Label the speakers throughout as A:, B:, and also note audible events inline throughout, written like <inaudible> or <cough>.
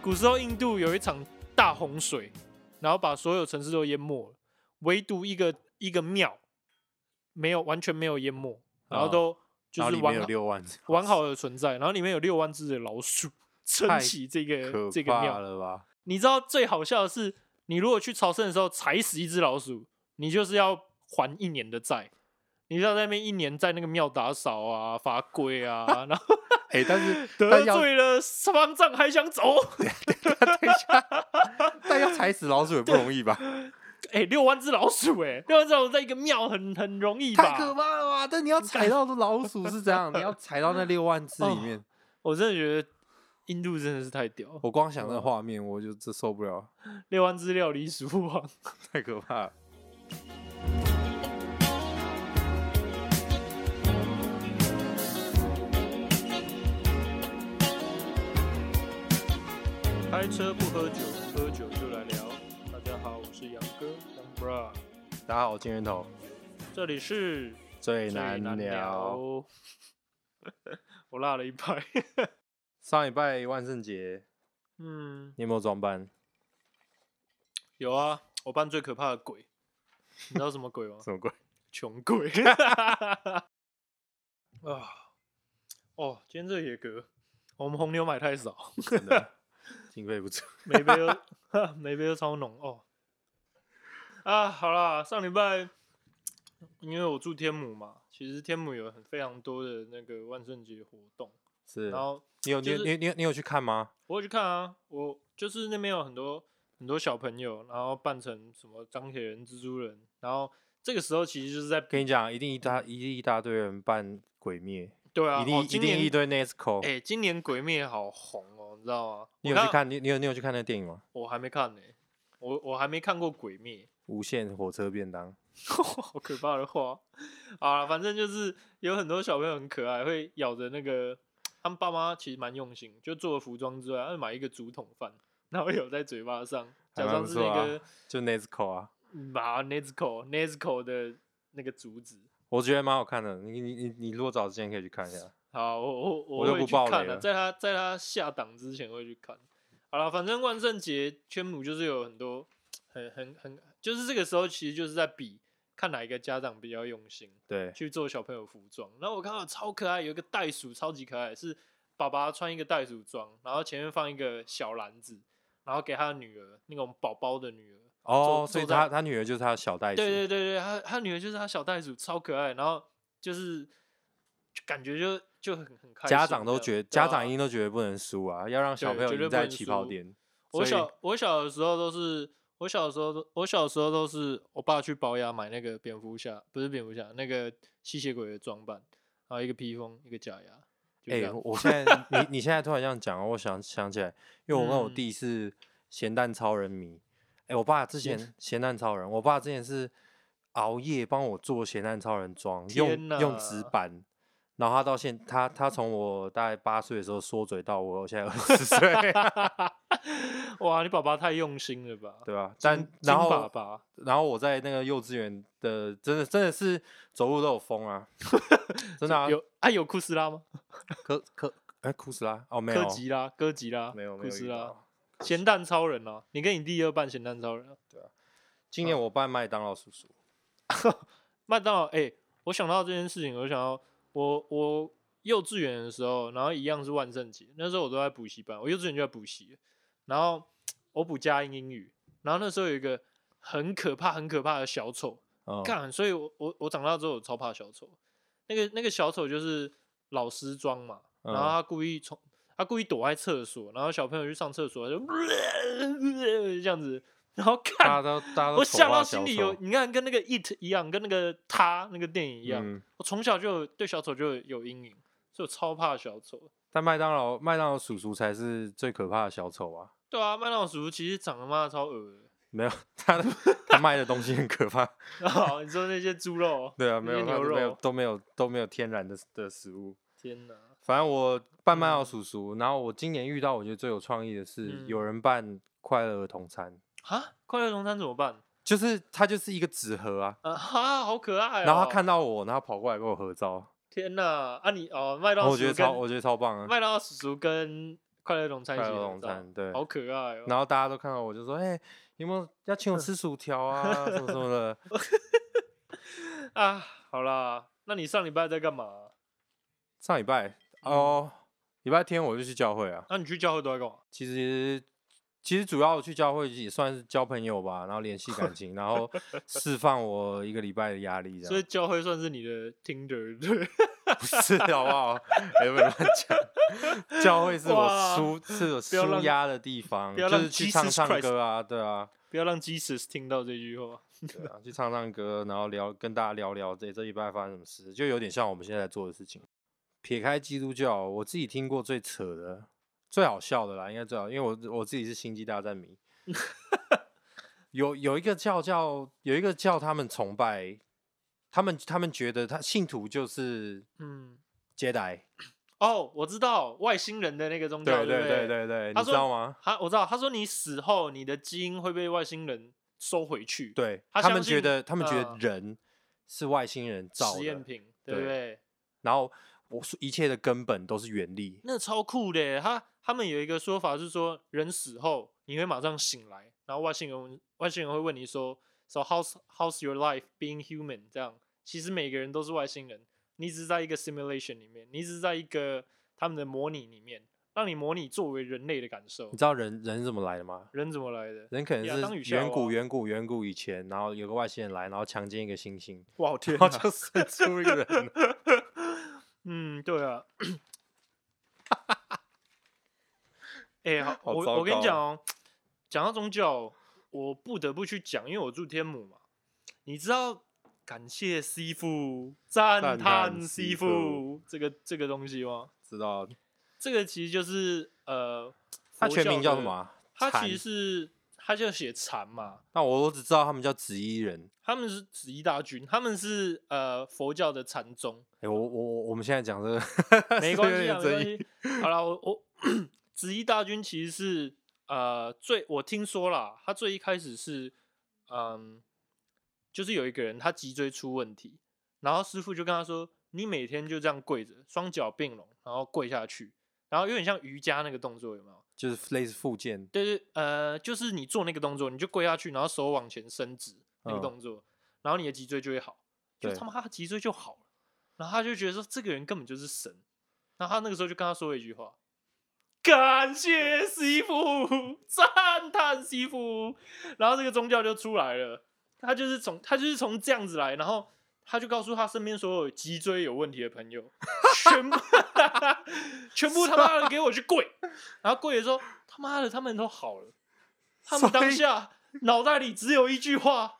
A: 古时候印度有一场大洪水，然后把所有城市都淹没了，唯独一个一个庙没有完全没有淹没，然后都就
B: 啊然后
A: 是
B: 里面
A: 完
B: 有
A: 好
B: 六万，
A: 完好的存在，然后里面有六万只的老鼠撑
B: 太
A: 起这
B: 可
A: 个这个
B: 怕
A: 庙。
B: 了 <laughs> 吧？
A: 你知道最好笑的是，你如果去朝圣的时候踩死一只老鼠，你就是要还一年的债。你就要在那边一年在那个庙打扫啊、罚跪啊，
B: <laughs>
A: 然后
B: 哎，但是
A: 得
B: 但要
A: 罪了方丈还想走，
B: 但要踩死老鼠也不容易吧？ <laughs>
A: 哎、六万只老鼠、哎，六万只老鼠在一个庙很很容易
B: 太可
A: 吧？
B: 怕了吧！但你要踩到的老鼠是这样，你要踩到那六万只里
A: 哦
B: 面，
A: 我真的觉得印度真的是太屌了，
B: 我光想那画面我就这受不了，
A: 六万只料理鼠王。
B: 太可怕了。
A: 开车不喝酒，喝酒就来聊。大家好，我是杨哥杨 bra，
B: 大家好，我金源头
A: 这里是
B: 最
A: 最
B: 难
A: 难
B: 聊。
A: 聊。 <laughs> 我落了一 <laughs> 拍，
B: 上礼拜万圣节
A: 嗯，
B: 你有没有装扮？
A: 有啊，我扮最可怕的鬼，你知道什么鬼吗？
B: 什么 <laughs> 鬼？
A: <laughs> 穷鬼。 <laughs> 啊，哦，今天这个野格，我们红牛买太少，
B: 真的经费不足。
A: 每杯都每杯都超浓哦。啊，好啦，上礼拜因为我住天母嘛，其实天母有很非常多的那个万圣节活动，
B: 是，
A: 然后
B: 你有你有
A: 就是
B: 你有你有你有去看吗？
A: 我会去看啊，我就是那边有很多很多小朋友，然后扮成什么钢铁人、蜘蛛人，然后这个时候其实就是在
B: 跟你讲，一定一大一定一大堆人扮鬼灭，
A: 对啊，
B: 一定
A: 哦、
B: 一
A: 今
B: 定
A: 年
B: 一堆 E Nesco。
A: 哎、今年《鬼灭》好红哦，你知道吗？
B: 你
A: 我
B: 有去？看？你你有你有去看那个电影吗？
A: 我还没看呢、我我还没看过《鬼灭，
B: 无限火车便当，》
A: 好可怕的话啊！反正就是有很多小朋友很可爱，会咬着那个，他们爸妈其实蛮用心，就做了服装之外，还买一个竹筒饭，然后咬在嘴巴上，
B: 还
A: 假
B: 蛮
A: 装
B: 不
A: 是
B: 错
A: 那
B: 啊
A: 个
B: 就 Nesco 啊，
A: 把 Nezuko Nezuko 的那个竹子。
B: 我觉得蛮好看的。你你你你如果找时间可以去看一下。
A: 好，我我
B: 我就
A: 会
B: 不
A: 去
B: 爆
A: 看
B: 雷
A: 了，
B: 了
A: 在他在他下档之前会去看。好了，反正万圣节圈母就是有很多很很很，就是这个时候其实就是在比看哪一个家长比较用心
B: 对，
A: 去做小朋友服装。然后我看到超可爱，有一个袋鼠超级可爱，是爸爸穿一个袋鼠装，然后前面放一个小篮子，然后给他的女儿那种宝宝的女儿。
B: 哦
A: 坐，
B: 所以
A: 坐在
B: 他他女儿就是他的小袋鼠，
A: 对对对对，他他女儿就是他小袋鼠，超可爱。然后就是就感觉就就很很开心这样。
B: 家长都觉得
A: 对啊
B: 家长一定都觉得不能输啊，要让小
A: 对
B: 朋友
A: 绝对
B: 赢
A: 不能
B: 在起跑
A: 输
B: 点。
A: 我
B: 所以
A: 小我小的时候都是，我小的时候都我小的时候都是我爸去保养买那个蝙蝠侠，不是蝙蝠侠，那个吸血鬼的装扮，然后一个披风，一个假牙，就这
B: 哎、
A: 样。
B: 我现
A: <laughs>
B: 在你你现在突然这样讲，我想想起来，因为我跟我
A: 嗯
B: 弟是咸蛋超人迷。哎、我爸之
A: 咸
B: 前咸蛋超人，我爸之前是熬夜帮我做咸蛋超人装，用
A: 天
B: 用纸
A: 哪
B: 板。然后他到现他他从我大概八岁的时候缩嘴到我现在二十岁， <laughs>
A: <laughs> 哇，你爸爸太用心了吧？
B: 对吧、
A: 金
B: 但
A: 金
B: 然后
A: 爸爸
B: 然后我在那个幼稚园的，真的真的是走路都有风啊，真的啊，
A: 有啊有库斯拉吗？
B: 科科哎库斯拉哦没有
A: 哥吉拉，哥吉拉，
B: 没有没
A: 库
B: 有
A: 斯
B: 遇
A: 拉
B: 到，。
A: 咸蛋超人啊！你跟你弟又扮咸蛋超人啊、
B: 今
A: 嗯
B: 年我扮麦当劳叔叔，
A: 麦当劳，哎、我想到这件事情，我想到我我幼稚园的时候，然后一样是万圣节，那时候我都在补习班，我幼稚园就在补习，然后我补佳音英语，然后那时候有一个很可怕、很可怕的小丑，
B: 嗯，
A: 干，所以我我我长大之后我超怕小丑，那个那个小丑就是老师装嘛，然后
B: 嗯
A: 他故意从他故意躲在厕所，然后小朋友去上厕所他就 <laughs> 这样子，然后
B: 大
A: 看
B: 家都大家都
A: 我
B: 丑
A: 想
B: 化
A: 到
B: 小
A: 心里
B: 丑
A: 有，你看跟那个 It 一样，跟那个他那个电影一样，
B: 嗯
A: 我从小就有对小丑就有有阴影，所以我超怕小丑。
B: 但麦当劳麦当劳叔叔才是最可怕的小丑啊！
A: 对啊，麦当劳叔叔其实长得妈的超恶的， <laughs>
B: 没有他的他卖的东西很可怕，
A: 啊，你说那些猪肉，
B: 对啊，没
A: 那
B: 有
A: 些
B: 他
A: 牛
B: 都没有
A: 肉
B: 都没有都没有天然的的食物。
A: 天哪，
B: 反正我扮麦当劳叔叔，然后我今年遇到我觉得最有创意的是
A: 嗯
B: 有人办快乐儿童餐，
A: 啊，快乐童餐怎么办？
B: 就是它就是一个纸盒啊，
A: 啊哈，好可爱、哦。
B: 然后他看到我，然后跑过来跟我合照，
A: 天呐，啊你哦，麦
B: 然
A: 当
B: 后
A: 劳
B: 我
A: 叔
B: 觉得
A: 叔
B: 超
A: 跟
B: 我觉得超棒啊！
A: 麦当劳叔叔跟快乐龙餐一
B: 快
A: 起
B: 乐
A: 合
B: 龙
A: 照
B: 餐，对。
A: 好可爱哦、
B: 然后大家都看到我就说，哎、有没有要请我
A: <laughs>
B: 吃薯条啊，什么什么的。
A: 啊！好啦，那你上礼拜在干嘛、
B: 上礼拜
A: 嗯
B: 哦，礼拜天我就去教会啊。
A: 那、你去教会都在干嘛？
B: 其实其实主要去教会也算是交朋友吧，然后联系感情，然后释放我一个礼拜的压力，这
A: 所以
B: 样
A: 教会算是你的 Tinder 对？
B: <laughs>
A: <laughs>
B: 不是好不好？哎，不要乱讲。 <laughs> 教会是我
A: 哇
B: 舒是我
A: 不要
B: 舒
A: 让
B: 压的地方，
A: 不要
B: 就
A: 让
B: 是去唱
A: Jesus
B: 唱
A: Christ
B: 歌啊，对啊，
A: 不要让 Jesus 听到这句话。
B: 对啊，去唱唱歌，然后聊跟大家聊聊这这一拜发生什么事，就有点像我们现在在做的事情。撇开基督教，我自己听过最扯的、最好笑的啦，应该最好，因为我我自己是星际大
A: <laughs>
B: 战迷。有有一个教教有一个教他们崇拜，他们他们觉得他信徒就是
A: 嗯，
B: 接待，
A: 哦，我知道外星人的那个宗教，
B: 对
A: 对不
B: 对对对，
A: 他
B: 你知
A: 说
B: 道吗？
A: 他我知道，他说你死后，你的基因会被外星人收回去，，
B: 对，
A: 他
B: 他
A: 相
B: 们觉
A: 信
B: 得他们觉得
A: 嗯
B: 人是外星人造
A: 实验
B: 的，
A: 品，对不
B: 对
A: 对？
B: 然后我说一切的根本都是原力，
A: 那超酷的耶，他他们有一个说法是说，人死后你会马上醒来，然后外星人外星人会问你说，So how's how's your life being human？这样，其实每个人都是外星人，你只是在一个 simulation 里面，你只是在一个他们的模拟里面，让你模拟作为人类的感受
B: 你。知道人人是怎么来的吗？
A: 人怎么来的？
B: 人可
A: 亚啊当
B: 能
A: 与
B: 是
A: 夏
B: 远古
A: 娃
B: 远古远古以前，然后有个外星人来，然后强奸一个猩猩，
A: <laughs> 哇，天
B: 然后
A: 哪
B: 就 <laughs> 生出一个人。
A: 嗯，对啊。哎、好，
B: 好
A: 我
B: 糟
A: 我跟你
B: 糕
A: 讲哦，讲到宗教，我不得不去讲，因为我住天母嘛。你知道，感谢师傅，赞
B: 赞
A: 叹
B: 叹
A: 师
B: 师
A: 傅这个这个东西吗？<laughs>
B: 知道
A: 这个其实就是呃，
B: 他
A: 佛
B: 全名叫什
A: 的
B: 么？啊？
A: 它
B: 禅
A: 其实是它就写禅嘛，
B: 那我我只知道他们叫紫衣人。
A: 他们是紫衣大军，他们是呃佛教的禅宗。
B: 哎、我我我我们现在讲这个
A: 没
B: 是
A: 关
B: 有
A: 系啊，没
B: 点争
A: 关
B: 议
A: 系。好了，我我紫衣大军其实是呃最我听说啦，他最一开始是嗯，就是有一个人他脊椎出问题，然后师傅就跟他说，你每天就这样跪着，双脚并拢，然后跪下去，然后有点像瑜伽那个动作，有没有？
B: 就是类似附件。
A: 对对，呃，就是你做那个动作，你就跪下去，然后手往前伸直那个
B: 嗯
A: 动作，然后你的脊椎就会好，就
B: 对
A: 他妈他脊椎就好了。然后他就觉得说这个人根本就是神，然后他那个时候就跟他说了一句话：“感谢师傅，赞叹师傅。”然后这个宗教就出来了，他就是从他就是从这样子来，然后他就告诉他身边所有脊椎有问题的朋友，全
B: <laughs>
A: 部全部他妈的给我去跪，然后跪的时候他妈的他们都好了，他们当
B: 所以
A: 下脑袋里只有一句话：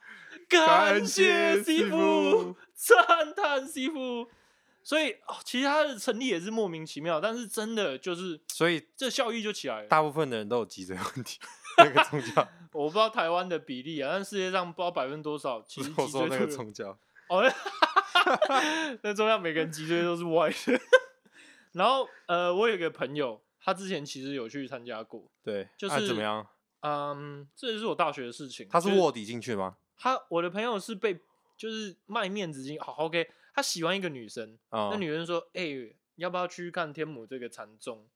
A: 感谢
B: 谢
A: 师
B: 师
A: 傅
B: 父，
A: 赞叹师傅。所以、哦，其实他的成立也是莫名其妙，但是真的就是
B: 所以
A: 这效益就起来了。
B: 大部分的人都有脊椎问
A: <laughs>
B: 题。那个宗教，
A: 我不知道台湾的比例啊，但世界上不知道百分之多少，其
B: 不
A: 实
B: 是我
A: 脊
B: 说
A: 椎
B: 那
A: 都
B: 个
A: 有
B: 宗教，
A: 哦，那那中央每个人脊椎都是歪的。 <laughs> 然后呃，我有一个朋友，他之前其实有去参加过，
B: 对，
A: 就
B: 啊
A: 是
B: 怎么样？
A: 嗯，这也是我大学的事情。
B: 他是
A: 就是
B: 卧底进去吗？
A: 他我的朋友是被就是卖面子金，好 OK，他喜欢一个女生，
B: 啊、
A: 那女生说：“哎、要不要去看天母这个禅宗？”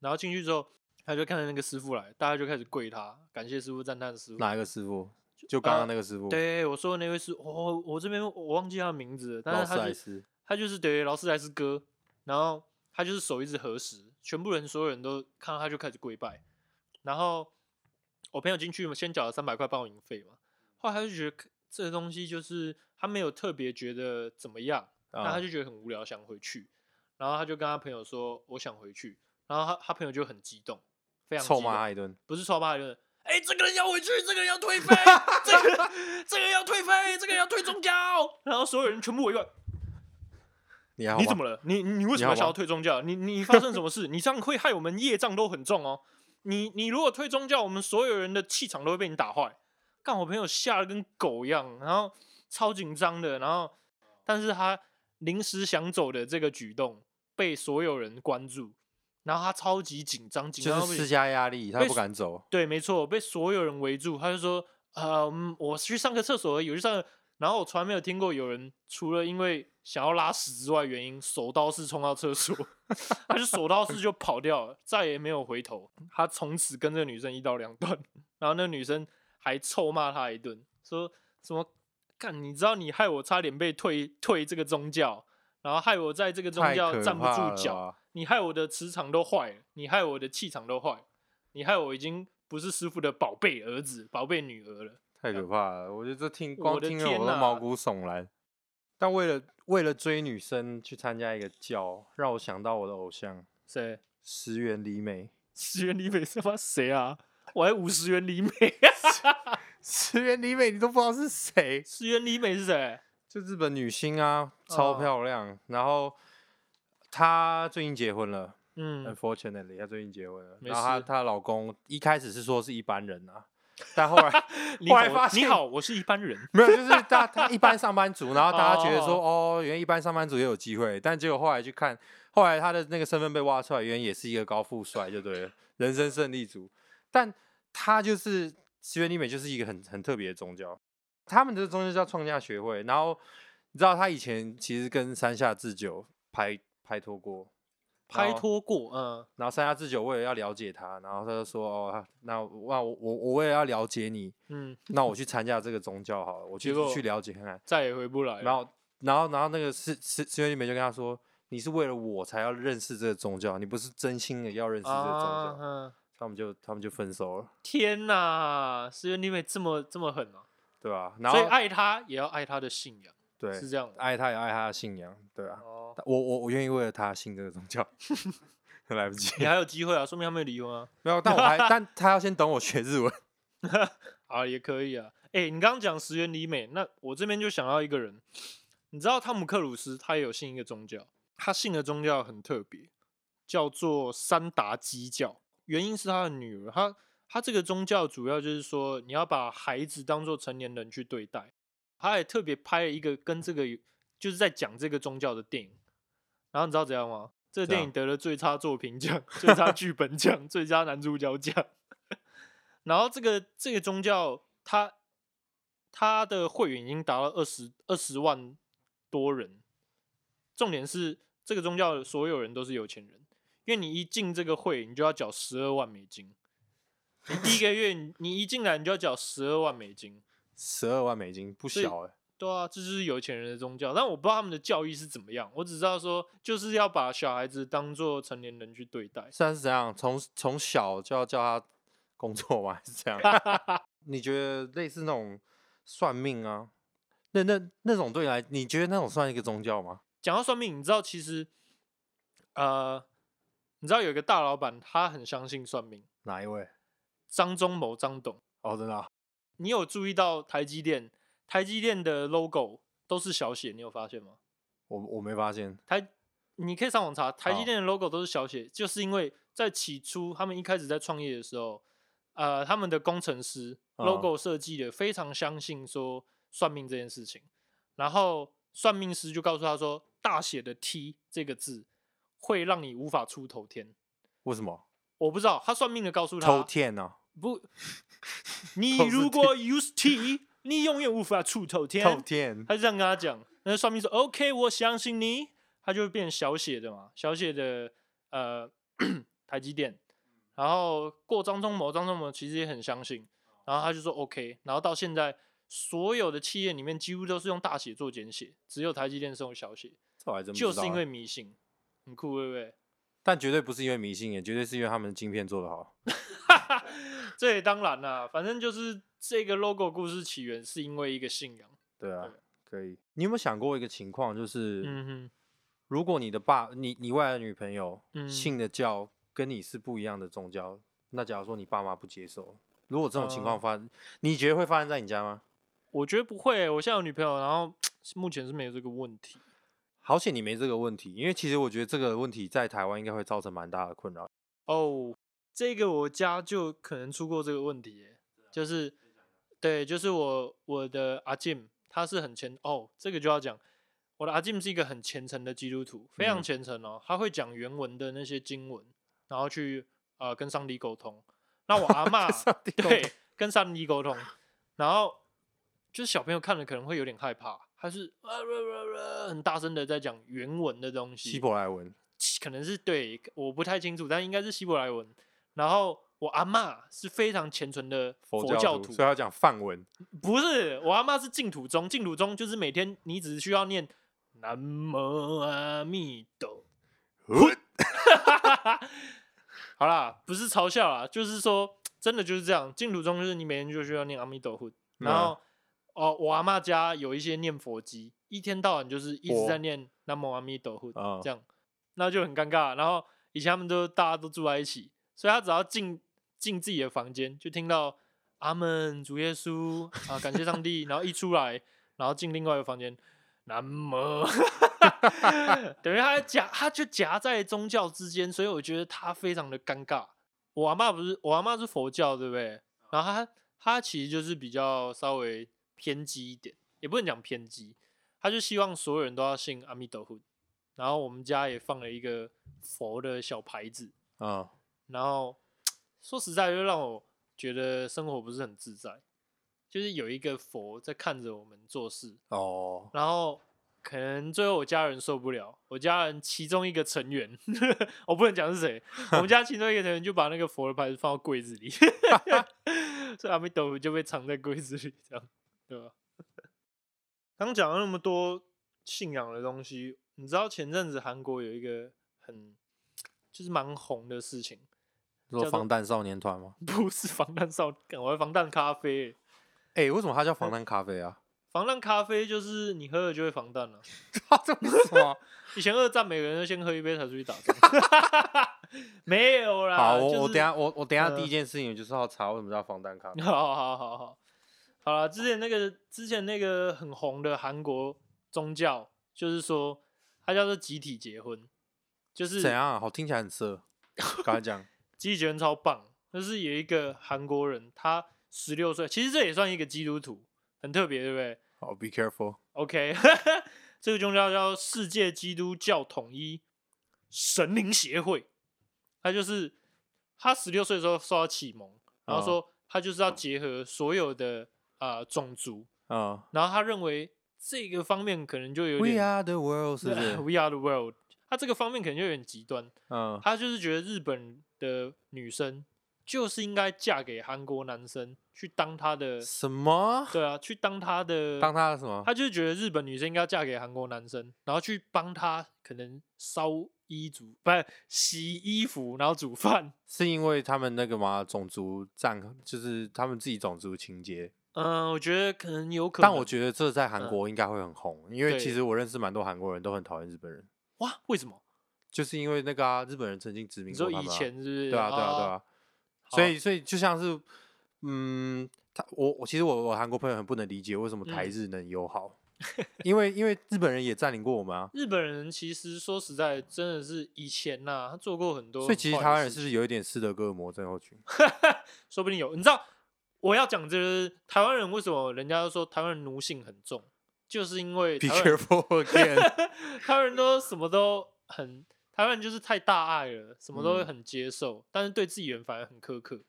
A: 然后进去之后，他就看到那个师傅来，大家就开始跪他，感谢师傅，赞叹师傅。
B: 哪一个师傅？就刚
A: 呃
B: 刚那个师傅，，
A: 对，我说的那位是，哦，我这边我忘记他的名字了，但
B: 劳
A: 是
B: 斯
A: 他
B: 莱
A: 就
B: 斯，
A: 他就是对劳斯莱斯哥，然后他就是手一直合十，全部人所有人都看到他就开始跪拜，然后我朋友进去嘛，先缴了三百块报名费嘛，后来他就觉得这个东西就是他没有特别觉得怎么样，那他
B: 啊
A: 就觉得很无聊，想回去，然后他就跟他朋友说我想回去，然后他他朋友就很激动，非常
B: 臭
A: 激动
B: 骂他一顿，
A: 不是臭骂人，哎、这个人要回去，这个人要
B: <laughs>
A: 退费，这个这个要退费，这个要退宗教，然后所有人全部围观，
B: 你还好
A: 你
B: 吗
A: 怎么了？你你为什么
B: 好
A: 想要
B: 吗
A: 退宗教？你你发生什么
B: <laughs>
A: 事？你这样会害我们业障都很重哦。你你如果退宗教，我们所有人的气场都会被你打坏。干我朋友吓得跟狗一样，然后超紧张的，然后但是他临时想走的这个举动被所有人关注，然后他超级紧张，紧张
B: 就
A: 到不
B: 是施
A: 行。
B: 加压力，他
A: 被
B: 不
A: 施
B: 敢走。
A: 对，没错，被所有人围住，他就说：“呃，嗯我去上个厕所而已，我去上个。”然后我从来没有听过有人除了因为想要拉屎之外原因，手刀式冲到厕所， <laughs> 他就手刀式就跑掉了，再也没有回头。他从此跟这个女生一刀两断，然后那个女生还臭骂他一顿，说什么“干，你知道你害我差点被退退这个宗教，然后害我在这个宗
B: 太
A: 教
B: 可
A: 站不
B: 怕
A: 住
B: 了
A: 脚，
B: 吧，
A: 你害我的磁场都坏了，你害我的气场都坏了，你害我已经不是师傅的宝贝儿子、宝贝女儿了。
B: 太可怕了！我觉得这听
A: 啊我
B: 光
A: 的
B: 听了
A: 天
B: 我都毛
A: 哪
B: 骨悚然。但为了为了追女生去参加一个教，让我想到我的偶像
A: 谁？
B: 石原里美。 <laughs>
A: 十元里美是吗？谁啊？我还五十元里美。啊
B: 石原里美，你都不知道是谁？
A: 十元里美是谁？
B: 就日本女星啊，超
A: 哦
B: 漂亮。然后她最近结婚了、u n
A: 嗯，
B: f o r t u n a t e l y 她最近结婚了。
A: 没
B: 然后她
A: 事
B: 她老公一开始是说是一般人啊，但后来
A: 你
B: 后来
A: 好
B: 发
A: 你
B: 现
A: 好，我是一般人。
B: <laughs> 没有，就是大他一般上班族，然后大家觉得说，哦，原来一般上班族也有机会，但结果后来去看，后来他的那个身份被挖出来，原来也是一个高富帅，就对了，人生胜利组。但他就是石原里美，就是一个很很特别的宗教，他们的宗教叫创价学会。然后你知道他以前其实跟山下智久拍拍拖过，
A: 拍
B: 然后
A: 拖过，嗯，
B: 然后山下智久为了要了解他，然后他就说，哦，那我那我我我为了要了解你，
A: 嗯，
B: 那我去参加这个宗教好了，我去
A: 结果
B: 去了解看看。
A: 再也回不来了。
B: 然后，然后，然后那个师师师兄弟妹就跟他说：“你是为了我才要认识这个宗教，你不是真心的要认识这个宗教。
A: 啊，嗯，
B: 他们就他们就分手了，
A: 天哪，十元里美这么这么狠啊！
B: 对吧、然
A: 所以
B: 后
A: 爱他也要爱他的信仰，
B: 对
A: 是这样的。
B: 爱他也爱他的信仰，对啊，
A: 哦，
B: 我我我愿意为了他信这个宗
A: <laughs>
B: 教， <laughs> 来不及。
A: 你还有机会啊，说明他没有离婚啊。
B: 没有，但我还但他要先等我学日文。
A: 啊，也可以啊。哎、你刚刚讲石原里美，那我这边就想到一个人，你知道汤姆克鲁斯他也有信一个宗教，他信的宗教很特别，叫做三达基教。原因是他的女儿，他他这个宗教主要就是说你要把孩子当做成年人去对待。他也特别拍了一个跟这个有就是在讲这个宗教的电影，然后你知道怎样吗？这个
B: 怎
A: 电
B: 样
A: 影得了最差作品奖、最差剧本奖、最佳男主角奖。 <laughs> 然后这个这个宗教，它它的会员已经达到二十二十万多人。重点是这个宗教的所有人都是有钱人，因为你一进这个会，你就要缴十二万美金。你第一个月你你一进来你就要缴十二万美金，
B: 十二万美金不
A: 所以
B: 小哎、
A: 对啊，这就是有钱人的宗教，但我不知道他们的教育是怎么样，我只知道说就是要把小孩子当做成年人去对待。
B: 虽然是怎样，从从小就要叫他工作吗？还 <laughs> 是这样？你觉得类似那种算命啊，那那那种对你来，你觉得那种算一个宗教吗？
A: 讲到算命，你知道其实，呃，你知道有一个大老板他很相信算命，
B: 哪一位？
A: 张忠谋张董，
B: 哦，真的、啊，
A: 你有注意到台积电台积电的 logo 都是小写，你有发现吗？
B: 我我没发现。
A: 台，你可以上网查，台积
B: 好
A: 电的 logo 都是小写，就是因为在起初他们一开始在创业的时候，呃，他们的工程师
B: 嗯
A: logo 设计的非常相信说算命这件事情，然后算命师就告诉他说，大写的 T 这个字会让你无法出头天。
B: 为什么？
A: 我不知道，他算命的告诉
B: 偷
A: 他，
B: 天啊呢、 <laughs>
A: 不，你
B: 头是
A: 如果 use T，你永远无法出头天。
B: 偷天
A: 他就这样跟他讲，那算命说 OK，我相信你，他就变小写的嘛，小写的呃台积电，然后过张忠谋，张忠谋其实也很相信，然后他就说 OK，然后到现在所有的企业里面几乎都是用大写做简写，只有台积电是用小写，
B: 这我还真不知道
A: 就
B: 啊、
A: 是因为迷信，很酷对不对？
B: 但绝对不是因为迷信，也绝对是因为他们的晶片做得好。
A: 这也当然啦，反正就是这个 logo 故事起源是因为一个信仰，
B: 对啊
A: 对，
B: 可以。你有没有想过一个情况，就是、
A: 嗯哼，
B: 如果你的爸，你你未来的女朋友
A: 嗯
B: 信的教跟你是不一样的宗教，那假如说你爸妈不接受，如果这种情
A: 哦
B: 况发，你觉得会发生在你家吗？
A: 我觉得不会欸、我现在有女朋友，然后目前是没有这个问题。
B: 好险你没这个问题，因为其实我觉得这个问题在台湾应该会造成蛮大的困扰。
A: 哦，这个我家就可能出过这个问题耶，就是，啊对，就是我我的阿 Jim，他是很虔哦，这个就要讲，我的阿 Jim 是一个很虔诚的基督徒，非常
B: 嗯
A: 虔诚哦，他会讲原文的那些经文，然后去呃跟上 <laughs> 啊帝沟通。那我阿嬷
B: 上帝沟
A: 对跟上帝沟通，然后就是小朋友看了可能会有点害怕，他是啊啊啊啊很大声的在讲原文的东西，
B: 希伯来文，
A: 其可能是对，我不太清楚，但应该是希伯来文。然后我阿嬷是非常虔诚的
B: 佛
A: 教
B: 徒，所以要讲梵文。
A: 不是我阿嬷是净土宗，净土宗就是每天你只需要念南无阿弥陀。
B: <laughs>
A: 好啦，不是嘲笑啦，就是说真的就是这样，净土宗就是你每天就需要念阿弥
B: 嗯
A: 陀佛，然后。哦，我阿嬷家有一些念佛机，一天到晚就是一直
B: 佛
A: 在念南无阿弥陀佛，
B: 啊
A: 这样，那就很尴尬。然后以前他们都大家都住在一起，所以他只要进进自己的房间，就听到阿门主耶稣啊，感谢上帝。然后一出来，然后进另外一个房间，南无， <laughs> 等于他夹他就夹在宗教之间，所以我觉得他非常的尴尬。我阿嬷不是我阿嬷是佛教对不对？然后他他其实就是比较稍微偏激一点，也不能讲偏激，他就希望所有人都要信阿弥陀佛。然后我们家也放了一个佛的小牌子，
B: 啊、
A: 然后说实在，就让我觉得生活不是很自在，就是有一个佛在看着我们做事，
B: 嗯，哦，
A: 然后可能最后我家人受不了，我家人其中一个成员， <laughs> 我不能讲是谁，我们家其中一个成员就把那个佛的牌子放到柜子里， <laughs> 所以阿弥陀佛就被藏在柜子里，这样对吧？ <laughs> 刚讲了那么多信仰的东西，你知道前阵子韩国有一个很就是蛮红的事情， <laughs>
B: 你说
A: 叫做
B: 防弹少年团吗？
A: 不是防弹少，干我还防弹咖啡欸、
B: 哎、为什么它叫防弹咖啡啊？ <laughs>
A: 防弹咖啡就是你喝了就会防弹啊了、
B: 这不是什么？
A: 以前二战每个人都先喝一杯才出去打仗， <laughs> 没有啦。
B: 好，我、
A: 啊就是
B: 我等一下我我等一下
A: 呃
B: 第一件事情就是要查为什么叫防弹咖啡。
A: 好好好好，好了，之前那个之前那个很红的韩国宗教，就是说它叫做集体结婚，就是
B: 怎样、啊？好，听起来
A: <laughs>
B: 很色。刚才讲，
A: 集体结婚超棒，就是有一个韩国人，他十六岁，其实这也算一个基督徒，很特别，对不对
B: 好，be careful。
A: ？OK，这个宗教叫世界基督教统一神灵协会，他就是他十六岁的时候受到启蒙，然后
B: 嗯
A: 说他就是要结合所有的啊、呃种族，
B: 嗯
A: 然后他认为这个方面可能就有
B: ，We
A: 点
B: are the world，是不是？
A: <laughs> We are the world，他这个方面可能就有点极端，
B: 嗯，
A: 他就是觉得日本的女生就是应该嫁给韩国男生去当他的，
B: 什么？
A: 对啊，去当他的，
B: 当他的什么？
A: 他就是觉得日本女生应该嫁给韩国男生，然后去帮他可能烧衣煮，不是洗衣服，然后煮饭，
B: 是因为他们那个嘛种族战，就是他们自己种族情节。
A: 嗯、我觉得可能有可能，
B: 但我觉得这在韩
A: 嗯
B: 国应该会很红，因为其
A: 对
B: 实我认识蛮多韩国人都很讨厌日本人，
A: 哇，为什么？
B: 就是因为那个啊，日本人曾经殖民
A: 你
B: 过
A: 说
B: 他
A: 以
B: 们啊。
A: 前是不是？
B: 对啊，对啊，对
A: 哦
B: 啊。所
A: 好
B: 以，所以就像是，嗯，他我我其实我我韩国朋友很不能理解为什么台
A: 嗯
B: 日能
A: <laughs>
B: 友好，因为因为日本人也占领过我们啊，
A: 日本人其实说实在，真的是以前呐、他做过很多很坏的
B: 所以
A: 事
B: 其
A: 情，
B: 实台湾人是不是有一点斯德哥尔摩症候群？
A: 说不定有。你知道我要讲就是台湾人为什么人家都说台湾人奴性很重，就是因为
B: Be
A: 台湾人 <laughs>
B: careful again 。
A: 台湾人都什么都很，台湾人就是太大爱了，什么都会
B: 嗯
A: 很接受，但是对自己人反而很苛刻，对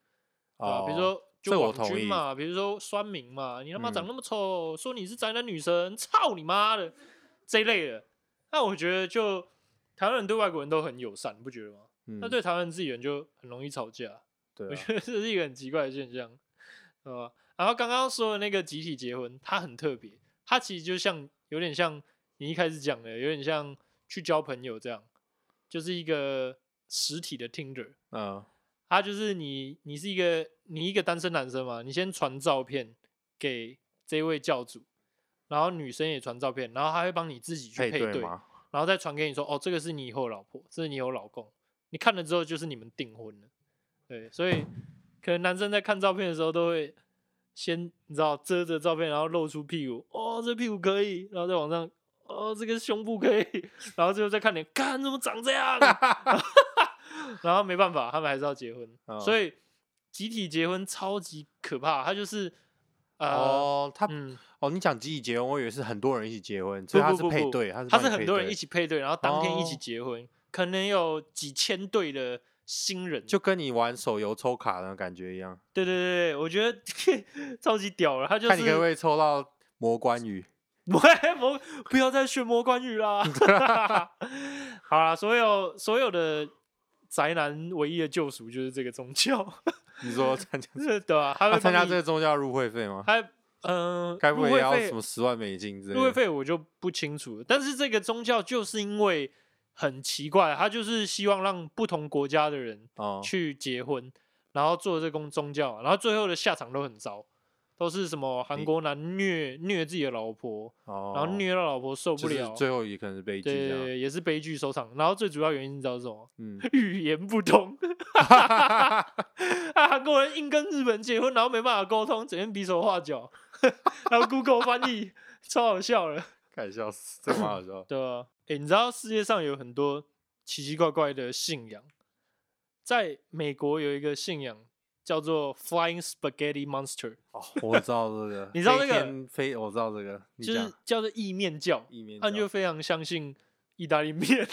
A: 吧、
B: 哦，
A: 啊比如说。就
B: 这我
A: 网
B: 同
A: 军
B: 意
A: 嘛，比如说酸民嘛，你他妈
B: 嗯
A: 长那么丑，说你是宅男女生，操你妈的这一类的。那我觉得就台湾人对外国人都很友善，你不觉得吗？
B: 嗯，
A: 那对台湾自己人就很容易吵架，
B: 对
A: 我
B: 啊
A: 觉得这是一个很奇怪的现象，对吧？然后刚刚说的那个集体结婚，它很特别，它其实就像有点像你一开始讲的，有点像去交朋友这样，就是一个实体的 Tinder，
B: 嗯
A: 它就是你你是一个你一个单身男生嘛，你先传照片给这位教主，然后女生也传照片，然后他会帮你自己去
B: 配
A: 配
B: 对吗？
A: 然后再传给你说，哦，这个是你以后的老婆，这是你以后的老公，你看了之后就是你们订婚了，对，所以可能男生在看照片的时候都会先你知道遮着照片，然后露出屁股，哦，这屁股可以，然后再往上，哦，这个胸部可以，然后最后再看你，看怎么长这样， <laughs> 然后没办法，他们还是要结婚，
B: <laughs> 哦
A: 所以集体结婚超级可怕，它就是呃，
B: 哦，他
A: 嗯，
B: 哦，你讲集体结婚，我以为是很多人一起结婚，所以
A: 不
B: 他
A: 不
B: 是
A: 不
B: 配
A: 不
B: 对，他是
A: 他
B: 帮
A: 是
B: 你
A: 很
B: 配
A: 多人
B: 对
A: 一起配对，然后当天一起
B: 哦
A: 结婚，可能有几千对的新人。
B: 就跟你玩手游抽卡那种感觉一样，
A: 对对对，对我觉得 <laughs> 超级屌了。他就是 <laughs>
B: 看你可不可以抽到魔关羽，
A: 不魔，不要再学魔关羽
B: <laughs>
A: 啦！好啦，所有所有的宅男唯一的救赎就是这个宗教， <laughs>
B: 你说参加
A: 对吧、 <laughs> 他
B: 他
A: 会
B: 参加
A: 帮
B: 这
A: 你
B: 个宗教入会费吗？
A: 还嗯，
B: 该不
A: 入
B: 会
A: 会
B: 也要
A: 费
B: 什么十万美金之类
A: 入会
B: 的？
A: 费我就不清楚了，但是这个宗教就是因为很奇怪，他就是希望让不同国家的人
B: 哦，
A: 去结婚，然后做这公宗教，啊然后最后的下场都很糟，都是什么韩
B: 你
A: 国男虐虐自己的老婆，
B: 哦
A: 然后虐到老婆受不
B: 就是
A: 了，
B: 最后也啊可能是悲剧
A: 对
B: 这
A: 对
B: 样。
A: 对，也是悲剧收场。然后最主要原因你知道是什么？
B: 嗯，
A: <laughs> 语言不通， <laughs> 啊，韩国人硬跟日本人结婚，然后没办法沟通，整天比手画脚， <laughs> 然后 Google 翻译，超好笑了。。
B: 看笑死，这个蛮好笑
A: 对啊，诶、你知道世界上有很多奇奇怪怪的信仰，在美国有一个信仰叫做 Flying Spaghetti Monster，
B: 哦，我知道这
A: <laughs>
B: 个，
A: 你知道
B: 飞
A: 这个
B: 天飞，我知道这个，你
A: 就是
B: 讲
A: 叫做意面教，
B: 意面
A: 他们
B: 教
A: 就非常相信意大利面， <laughs>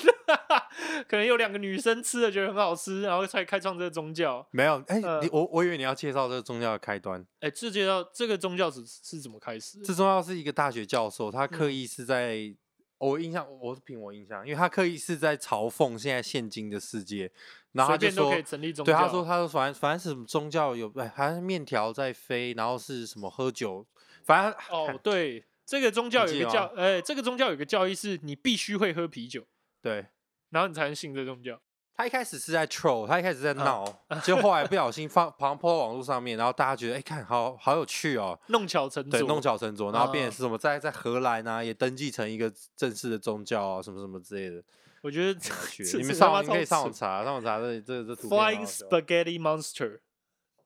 A: 可能有两个女生吃了觉得很好吃，然后才开创这个宗教。
B: 没有，哎、
A: 呃
B: 你我我以为你要介绍这个宗教的开端。
A: 哎、这介绍这个宗教是是嗯怎么开始的？
B: 这宗教是一个大学教授，他刻意是在、我印象，我是凭我印象，因为他刻意是在嘲讽现在现今的世界，然
A: 随
B: 后他就
A: 便都
B: 说
A: 可以，成立宗教。
B: 对他说，他说反正反正是什么宗教有，哎，好像是面条在飞，然后是什么喝酒，反正
A: 哦，对，这个宗教有一
B: 记
A: 个
B: 得
A: 教，
B: 吗
A: 哎、这个宗教有一个教义是你必须会喝啤酒，
B: <laughs> 对。
A: 然后你才能信这宗教。
B: 他一开始是在 troll，他一开始在
A: 嗯
B: 闹，结果后来不小
A: <laughs>
B: 心放旁抛到网络上面，然后大家觉得哎、看好好有趣哦，
A: 弄巧成
B: 对，
A: 拙，
B: 弄巧成拙，然后变
A: 啊
B: 成是什么在在荷兰啊也登记成一个正式的宗教啊，什么什么之类的，
A: 我觉得
B: 很
A: <laughs>
B: 有趣
A: 这
B: 你们
A: 这
B: 上
A: 他妈
B: 网你可以
A: 超
B: 上网
A: 扯
B: 查，上网查这这这图片啊蛮好
A: Flying
B: 笑
A: Spaghetti Monster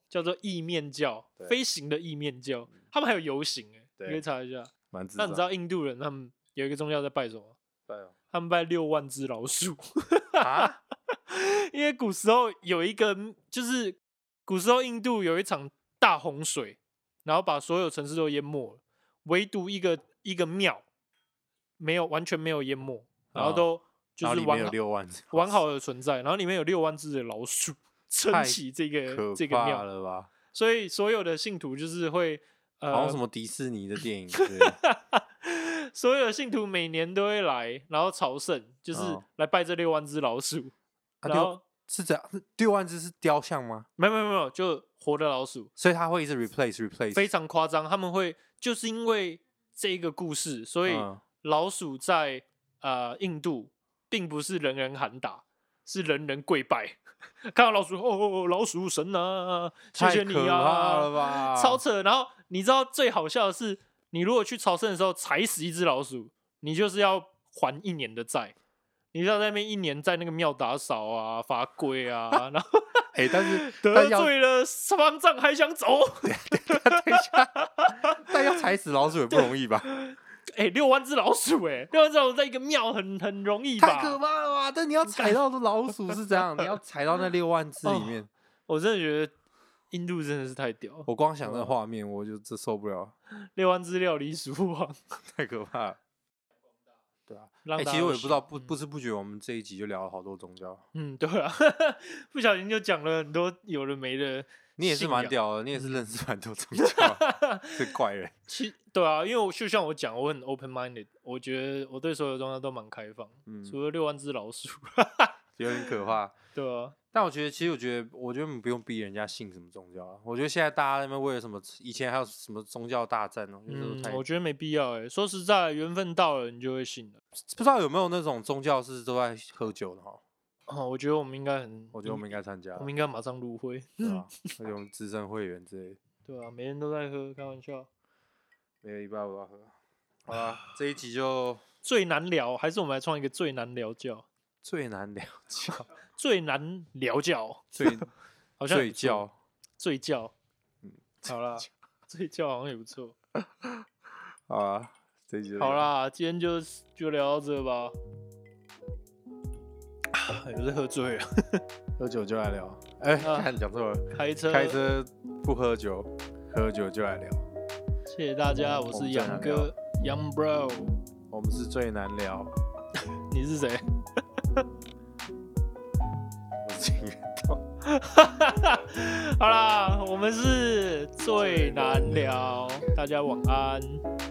A: 叫做意面教，
B: 对嗯
A: 飞行的意面教，他们还有游行哎、
B: 对啊
A: 你可以查一下。
B: 蛮智
A: 那
B: 障。
A: 你知道印度人他们有一个宗教在拜什么吗？
B: 对
A: <laughs>
B: 哦
A: 他们拜六万只老鼠，
B: 啊？
A: 因为古时候有一个，就是古时候印度有一场大洪水，然后把所有城市都淹没了，唯独一个一个庙没有完全没有淹没，然后
B: 啊
A: 都就
B: 然后
A: 是
B: 里面
A: 完
B: 有
A: 好
B: 六万，
A: 完好的存在，然后里面有六万只的老鼠撑
B: 太
A: 起这个
B: 可
A: 呃这个
B: 怕
A: 庙，
B: 了吧？
A: 所以所有的信徒就是会
B: 好像
A: 呃
B: 什，么迪士尼的电影之
A: <laughs>
B: 类的，啊
A: 所有的信徒每年都会来，然后朝圣，就是
B: 哦
A: 来拜这六万只老鼠，
B: 啊
A: 然后
B: 六是这样，六万只是雕像吗？
A: 没有没有没有，就活的老鼠。
B: 所以它会一直 replace replace，
A: 非常夸张，他们会就是因为这个故事，所以
B: 嗯
A: 老鼠在呃印度并不是人人喊打，是人人跪拜。 <laughs> 看到老鼠哦哦，哦老鼠神啊，谢
B: 太
A: 谢你
B: 可怕了
A: 啊，
B: 吧？
A: 超扯。然后你知道最好笑的是，你如果去朝圣的时候踩死一只老鼠，你就是要还一年的债。你要在那边一年在那个庙打扫啊、罚跪
B: <laughs>
A: 啊，然后
B: 哎，但是
A: 得
B: 但要
A: 罪了方丈还想走。
B: 等一下， <laughs> 但要踩死老鼠也不容易吧？
A: <laughs> 哎、六万只老鼠、欸，哎，六万只老鼠在一个庙很很容易
B: 太可
A: 吧？啊
B: 怕了吧？但你要踩到的老鼠是怎样？你要踩到
A: <laughs>
B: 那六万只里
A: 哦
B: 面，
A: 我真的觉得印度真的是太屌了，
B: 我光想那
A: 哇
B: 画面我就这受不了， <laughs>
A: 六万只料理鼠王，
B: 太可怕了。对啊，
A: 让
B: 哎、
A: 大家
B: 其实
A: 都
B: 我也不知道，不
A: 信
B: 不，知不觉，我们这一集就聊了好多宗教。
A: 嗯，嗯对啊， <laughs> 不小心就讲了很多有的没的，
B: 你也是
A: 信
B: 蛮
A: 仰嗯
B: 屌的，你也是认识蛮
A: <laughs>
B: 多宗教，是怪人。
A: 其对啊，因为我就像我讲，我很 open minded，我觉得我对所有宗教都蛮开放，
B: 嗯，
A: 除了六万只老鼠， <laughs>
B: 有点可怕。
A: 对啊，
B: 但我觉得，其实我觉得，我觉得我们不用逼人家信什么宗教啊了。我觉得现在大家那边为了什么，以前还有什么宗教大战哦呢、我觉得都
A: 嗯
B: 太，
A: 我觉得没必要、欸，哎，说实在，缘分到了你就会信了。
B: 不知道有没有那种宗教是都在喝酒的哈。
A: 哦，我觉得我们应该很，
B: 我觉得我们应该参加
A: 我，们应该马上入会，
B: 对吧？
A: 嗯
B: 而且我
A: <laughs>
B: 们资深会员之类的，
A: 对啊，每天都在喝，开玩笑。
B: 每个礼拜我都要喝。好啦，
A: 啊
B: 这一集就
A: 最难聊，还是我们来创一个最难聊教，
B: 最
A: <laughs>
B: 难聊教，
A: 最难聊教，
B: 最
A: 好像也
B: 最
A: 不错
B: 教。
A: 最教，
B: 嗯
A: 好啦，最教好像也不错。
B: 好啦，这一集就
A: 好
B: 这样，
A: 啦，今天就就聊到这 <sighs> 吧。啊有点喝醉了，
B: 喝酒就来聊。哎、
A: 啊
B: 看讲错了，
A: 开车，
B: 开，车不喝酒，喝酒就来聊。
A: 谢谢大家，我
B: 我
A: 是
B: 们最
A: 杨
B: 难
A: 哥杨 Bro，
B: 我们是最难聊，
A: 你是谁？
B: 我是金 <laughs> 元道，
A: 好啦，我们是最难聊，大家晚安。